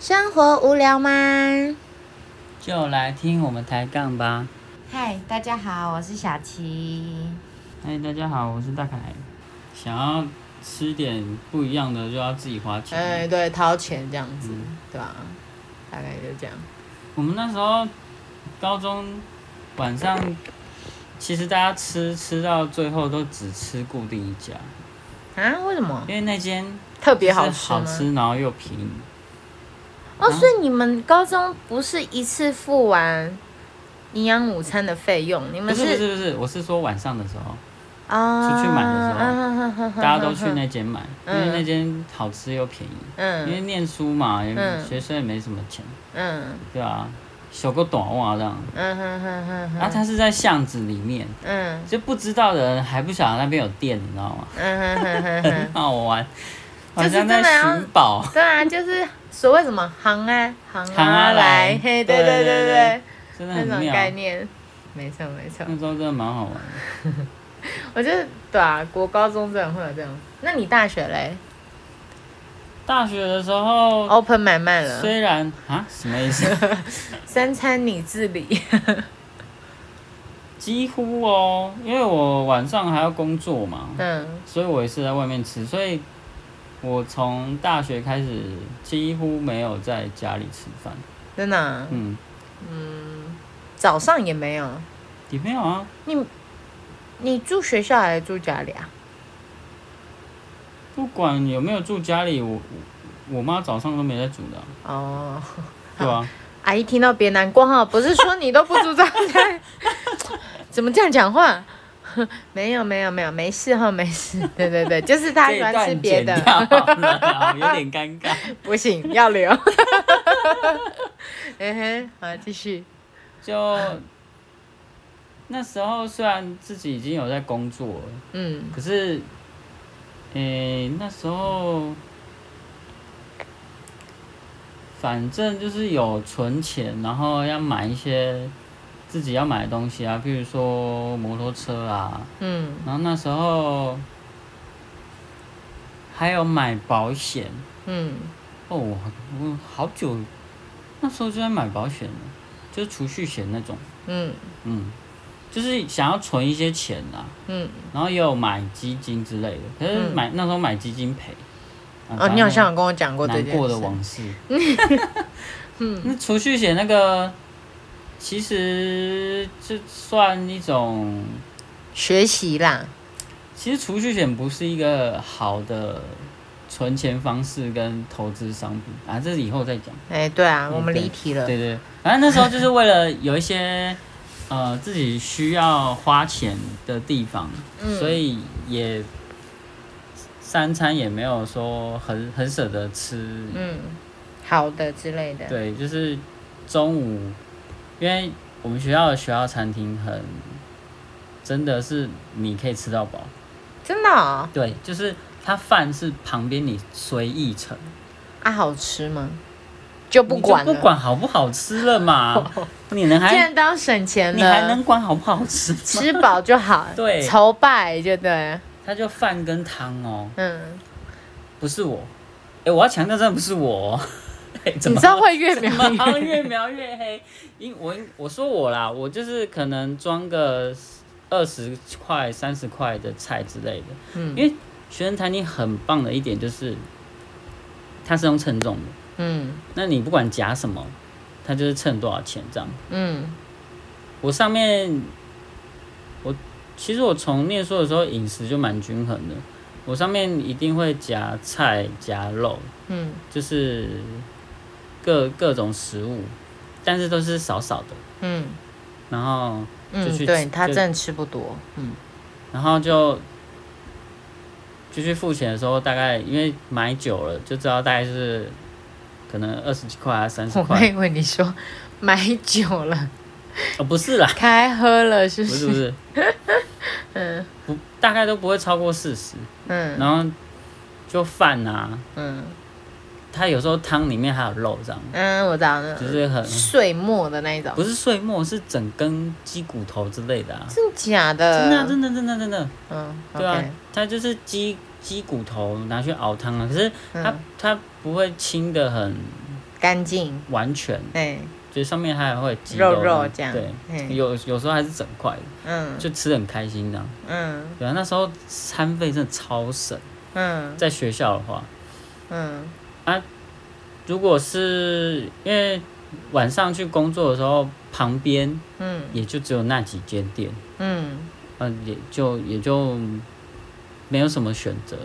生活无聊吗？就来听我们抬杠吧。嗨，大家好，我是小琪。嗨，大家好，我是大凯。想要吃点不一样的，就要自己花钱。哎、对，掏钱这样子，嗯对吧、大概就这样。我们那时候高中晚上，其实大家吃吃到最后都只吃固定一家，啊？为什么？因为那间特别是好吃吗好吃，然后又便宜。哦，啊所以你们高中不是一次付完营养午餐的费用，你不们是不是不是，我是说晚上的时 候，啊？出去买的时候候大家都去那间买，因为嗯那间好吃又便宜。因为嗯念书嘛，也嗯学生也没什么钱，嗯对啊，小个短袜这样。嗯哼哼哼哼，啊，它是在巷子里面，嗯就不知道的人还不晓得那边有店，你知道吗？嗯哼哼哼哼很。好玩，就好是像真的在寻宝。 对啊，就是所谓什么行啊行行啊啊来，来嘿，对对对对对对对，真的那很种妙。概念，没错没错那。时候真的蛮好玩的。我觉得对啊，国高中真的会有这种。那你大学嘞大学的时候， ？Open 买卖了，虽然啊，什么意思？ 三餐你自 理。几乎哦，因为我晚上还要工作嘛，嗯所以我也是在外面吃，所以我从大学开始几乎没有在家里吃饭。，真的啊、嗯，早上也没有。也没有啊，你你住学校还是住家里啊？不管有没有住家里，我我我妈早上都没在煮的啊、哦，对吧、啊？阿姨听到别难过哈，不是说你都不住在 家，怎么这样讲话？ 没有没有没有，没事哈，没事。对对对，就是他这喜一欢段吃别的剪。掉 好了有点尴尬。不行，要留。 嗯哼，好，继续。就那时候虽然自己已经有在工作了，嗯可是，诶、那时候反正就是有存钱，然后要买一些自己要买的东西啊，比如说摩托车啊，嗯然后那时候还有买保险嗯哦，我我好久那时候就在买保险了，就是储蓄险那种。嗯嗯，就是想要存一些钱啦，嗯。然后也有买基金之类的。可是买、那时候买基金赔，啊哦，你好像有跟我讲过这难件过的事。往事。嗯， 那储蓄险那个其实就算一种，学习啦，其实储蓄险不是一个好的存钱方式跟投资商品啊，这是以后再讲。哎、对啊，嗯我们离题了。对对，对反正那时候就是为了有一些呃自己需要花钱的地方，嗯所以也三餐也没有说很很舍得吃，嗯，好的之类的。对，就是中午，因为我们学校的学校餐厅很真的是你可以吃到饱，真的哦、对，就是它饭是旁边你随意盛，啊，好吃吗？就不你管就了。哦不。管好不好吃了嘛，你能既还然当省钱你还了能，管好不好吃吗？ 吃饱就好。对筹拜就对。他就饭跟汤哦，嗯，不是我。哎、我要强调，真的不是我、哦。 哎怎你么知道会越怎 么描越越描越黑？因我我说我啦，我就是可能装个二十块、三十块的菜之类的。 嗯因为学生餐厅很棒的一点就是，它是用称重的。嗯那你不管夹什么，它就是称多少钱这样。嗯我上面，我其实我从念书的时候饮食就蛮均衡的，我上面一定会夹菜夹肉，嗯就是各各种食物，但是都是少少的，嗯然后就嗯，去对他就真的吃不多。嗯然后就就去付钱的时候，大概因为买久了就知道大概是可能二十几块啊三十我还块，以为你说买酒了，哦不是啦，开喝了，是不不是不是？是，嗯，不大概都不会超过四十，嗯然后就饭啊。嗯它有时候汤里面还有肉，这样嗯，我知道那就种是很碎末的那一种，不是碎末，是整根鸡骨头之类的啊。真假的？真的啊、真的，真的，真的，嗯对啊呃 OK，，它就是鸡鸡骨头拿去熬汤啊。可是它嗯它不会清的很干净，完全，哎，就是上面还会有鸡肉肉啊肉这样嘿对，有有时候还是整块的，嗯就吃得很开心这样。嗯对啊，那时候餐费真的超省，嗯在学校的话，嗯如果是因为晚上去工作的时候，旁边嗯也就只有那几间店，嗯嗯、也就也就没有什么选择，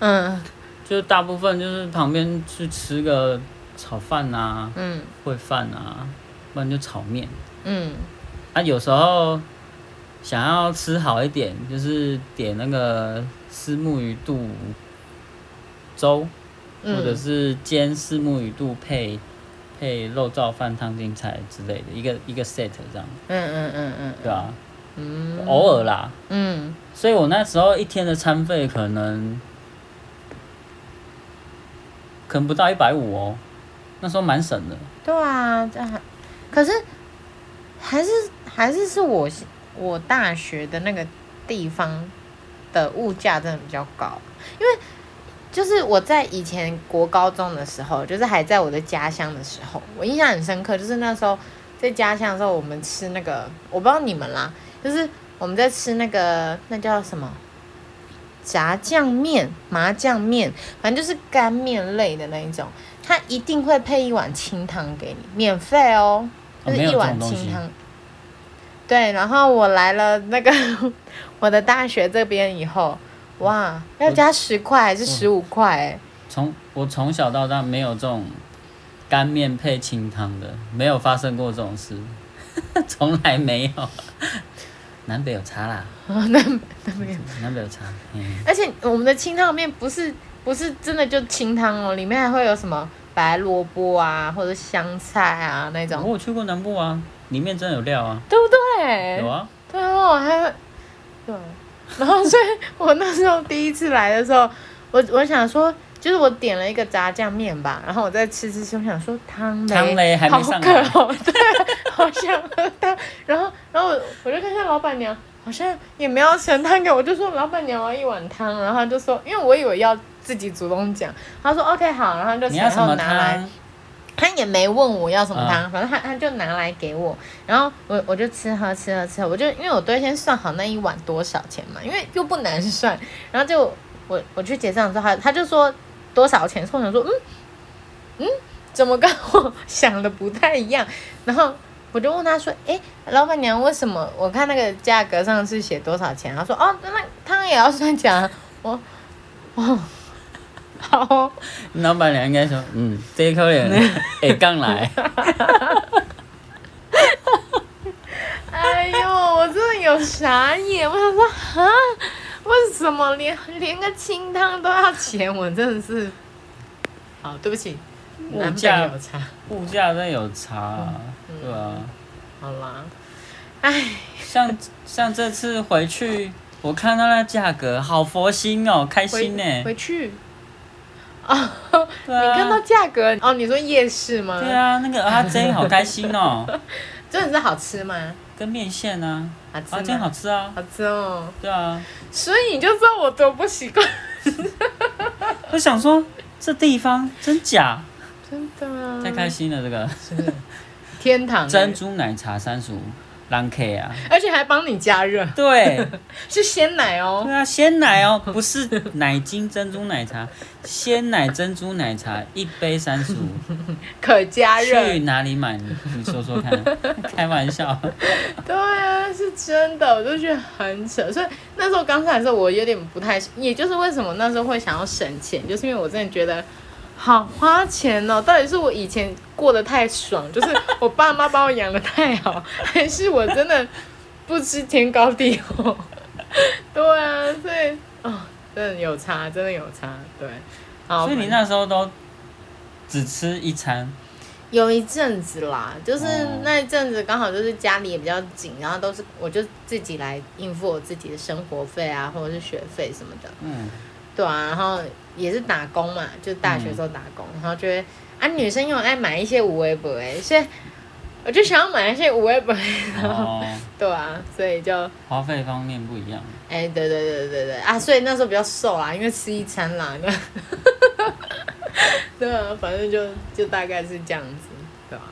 嗯就是大部分就是旁边去吃个炒饭啊、嗯烩饭啊，不然就炒面。嗯啊，有时候想要吃好一点，就是点那个丝木鱼肚粥，或者嗯，是煎丝木鱼肚配配肉燥饭、烫青菜之类的，一个一个 set 这样，嗯嗯嗯嗯对啊，嗯偶尔啦。嗯所以我那时候一天的餐费可能可能不到一百五哦，那时候蛮省的。哦对啊，这还可是还是还是是我我大学的那个地方的物价真的比较高，因为就是我在以前国高中的时候，就是还在我的家乡的时候，我印象很深刻，就是那时候在家乡的时候，我们吃那个我不知道你们啦，就是我们在吃那个那叫什么炸酱面、麻酱面，反正就是干面类的那一种，它一定会配一碗清汤给你，免费哦，就哦是没有一这碗种东西清汤。对，然后我来了那个 我的大学这边以后，哇，要加十块还嗯是十五块、欸？从我从小到大没有这种干面配清汤的，没有发生过这种事， 从来没有。 南北有差啦，南北有差，嗯，而且我们的清汤面不是不是真的就清汤哦，里面还会有什么白萝卜啊，或者香菜啊那我种，有去过南部啊，里面真的有料啊，对不对？有啊，对哦，还会对。然后所以我那时候第一次来的时候，我 我想说，就是我点了一个炸酱面吧，然后我在吃吃吃，我想说汤嘞，汤嘞还没上来好渴哦，对，好想喝汤。然后然后我我就看向老板娘，好像也没有盛汤给我，我就说老板娘我要一碗汤，然后她就说，因为我以为要自己主动讲，她说 OK 好，然后就你要然什后么拿来。汤？他也没问我要什么汤，反正他他就拿来给我，然后我我就吃喝吃喝吃喝，我就因为我都会先算好那一碗多少钱嘛，因为又不难算，然后就我我去结账的时候，他他就说多少钱，我想说嗯嗯，怎么跟我想的不太一样，然后我就问他说，诶，老板娘为什么我看那个价格上是写多少钱？他说哦，那那汤也要算钱、啊，我哦 好哦老板娘应该说，嗯，这一 颗脸，哎，刚来，哎呦，我真的有傻眼，我想说啊，为什么连连个清汤都要钱？我真的是，好，对不起，物南北价有差，物价真的有差啊，嗯对啊。好啦，哎，像像这次回去，我看到那价格，好佛心哦，开回心呢。回去。哦，你对啊看到价格哦？你说夜市吗？对，啊，那个阿珍好开 心哦，真的是好吃吗？跟面线啊，好吃阿吗？珍好吃啊，好吃哦，对啊。所以你就知道我多不习惯， 我想说这地方真假，真的啊太开心了这个是不是？天堂欸珍，珠奶茶三十五。朗 K 啊，而且还帮你加热， 对是鲜奶哦对。啊，鲜奶哦，不是奶精珍珠奶茶，鲜奶珍珠奶茶一杯三十五， 可加去热。哪里买？你你说说看， 开玩笑。 对啊，是真的，我就觉得很扯。所以那时候刚开始的时候，我有点不太，也就是为什么那时候会想要省钱，就是因为我真的觉得好花钱哦。到底是我以前过得太爽，就是我爸妈把我养得太好，还是我真的不知天高地厚？ 对啊，所以哦，真的有差，真的有差。对，好，所以你那时候都只吃一餐，有一阵子啦，就是哦那一阵子刚好就是家里也比较紧，然后都是我就自己来应付我自己的生活费啊，或者是学费什么的，嗯，对啊，然后也是打工嘛，就大学时候打工，然后就会啊女生又很爱买一些无微不微，所以我就想要买一些无微不微，然后哦， 对啊，所以就花费方面不一 样，哎、对对对对对啊，所以那时候比较瘦啦，因为吃一餐啦， 对啊，反正就就大概是这样子，对啊吧、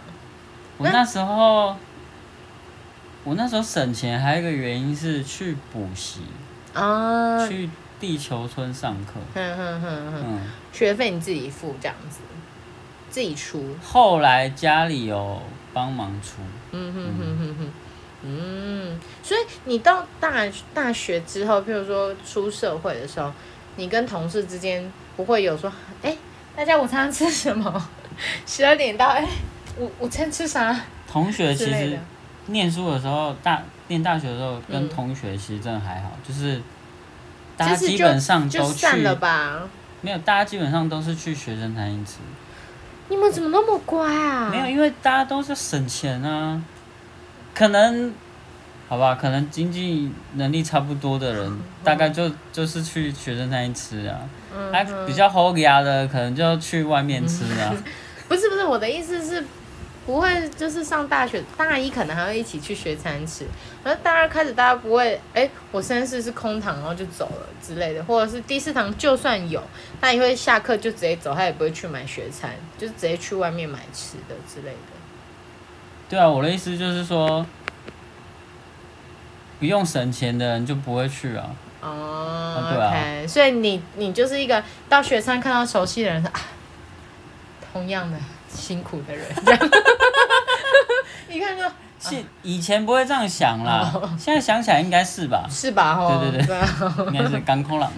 我那时候，我那时候省钱还有一个原因是去补习，啊？啊，去地球村上课。哼哼哼哼，嗯，学费你自己付这样子，自己出，后来家里有帮忙出，嗯哼哼哼哼，嗯，所以你到大大学之后，譬如说出社会的时候，你跟同事之间不会有说，哎、大家午餐吃什么？ 十二点到，哎、午午餐吃啥同学之其类实的？念书的时候，大念大学的时候嗯跟同学其实真的还好，就是大就家是基本上就都去散了吧。没有，大家基本上都是去学生餐厅吃，你们怎么那么乖啊？没有，因为大家都是省钱啊，可能。好吧，可能经济能力差不多的人，大概就就是去学生餐厅吃啊。嗯嗯他哼比较齁牙的，可能就去外面吃啊。不是不是，我的意思是，不会就是上大学大一可能还会一起去学餐吃，然后大二开始大家不会，哎，我三四是空堂，然后就走了之类的，或者是第四堂就算有，他也会下课就直接走，他也不会去买学餐，就是直接去外面买吃的之类的。 对啊，我的意思就是说，不用省钱的人就不会去啊。哦、啊对啊 OK，所以你你就是一个到学餐看到熟悉的人说啊，同样的辛苦的人，这样 一看就。，现以前不会这样想啦，现在想起来应该是吧是吧？吼，对对对啊应该是港口朗。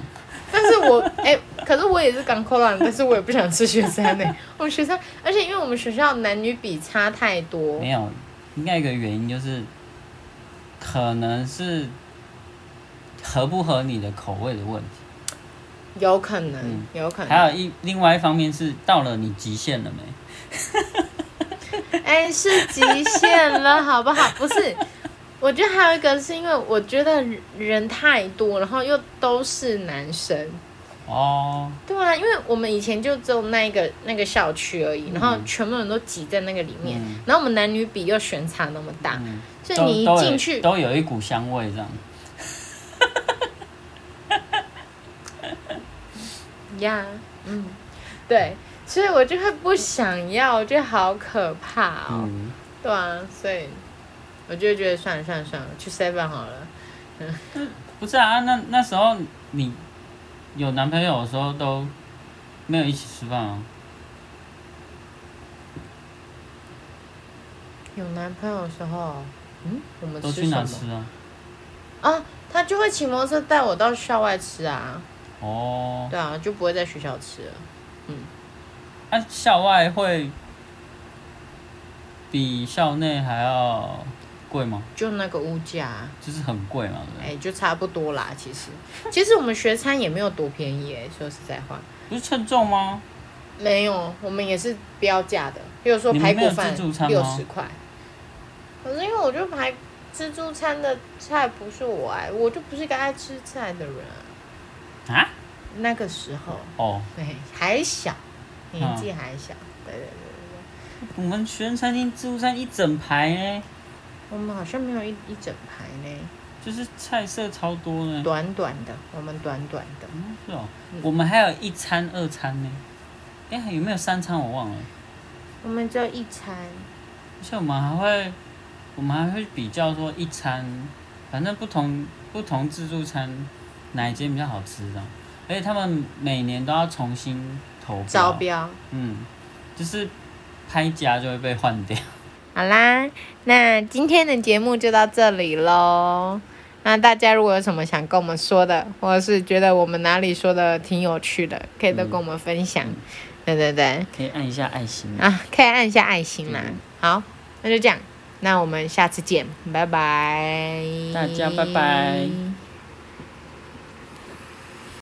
但是我 哎、可是我也是港口朗，但是我也不想吃学餐呢、 我们学餐，而且因为我们学校男女比差太多没，有，应该有一个原因就是，可能是合不合你的口味的问题，有可能，嗯有可能。还有一另外一方面是到了你极限了没？哎、是极限了， 好不好？不是，我觉得还有一个是因为我觉得人太多，然后又都是男生。哦，对啊，因为我们以前就只有那一个那个校区而已，然后全部人都挤在那个里面，嗯然后我们男女比又悬差那么大，嗯，所以都你一都有进去都有一股香味这样。呀嗯，对，所以我就会不想要，我觉得好可怕哦。嗯，对啊，所以我就会觉得算了算了算了，去 seven 好了。不是啊，那那时候你有男朋友的时候都没有一起吃饭啊？有男朋友的时候，嗯，我们都吃去什哪么吃啊？啊？他就会骑摩托车带我到校外吃啊，哦，对啊，就不会在学校吃了。那、啊、校外会比校内还要贵吗？就那个物价啊，就是很贵嘛，对不哎、对？就差不多啦。其实，其实我们学餐也没有多便宜、哎，说实在话，不是称重吗？没有，我们也是标价的，比如说你排们没骨有饭自助餐六吗十块。可是因为我觉得排自助餐的菜不是我爱，我就不是一个爱吃菜的人啊。啊？那个时候，哦，对，还小，年纪还小，啊对对对对我们学生餐厅自助餐一整排呢，对，我们好像没有一一整排呢，就是菜色超多呢。短短的，我们短短的，嗯，是哦，我们还有一餐、二餐呢。哎、有没有三餐我忘了？我们只有一餐，而且我们还会，我们还会比较说一餐，反正不同不同自助餐哪一间比较好吃的，而且他们每年都要重新投标，招标。嗯，就是拍夹就会被换掉。好啦，那今天的节目就到这里喽。那大家如果有什么想跟我们说的，或者是觉得我们哪里说的挺有趣的，可以都跟我们分享。对对对，可以按一下爱心。啊，可以按一下爱心啦嗯。好，那就这样，那我们下次见，拜拜。大家拜拜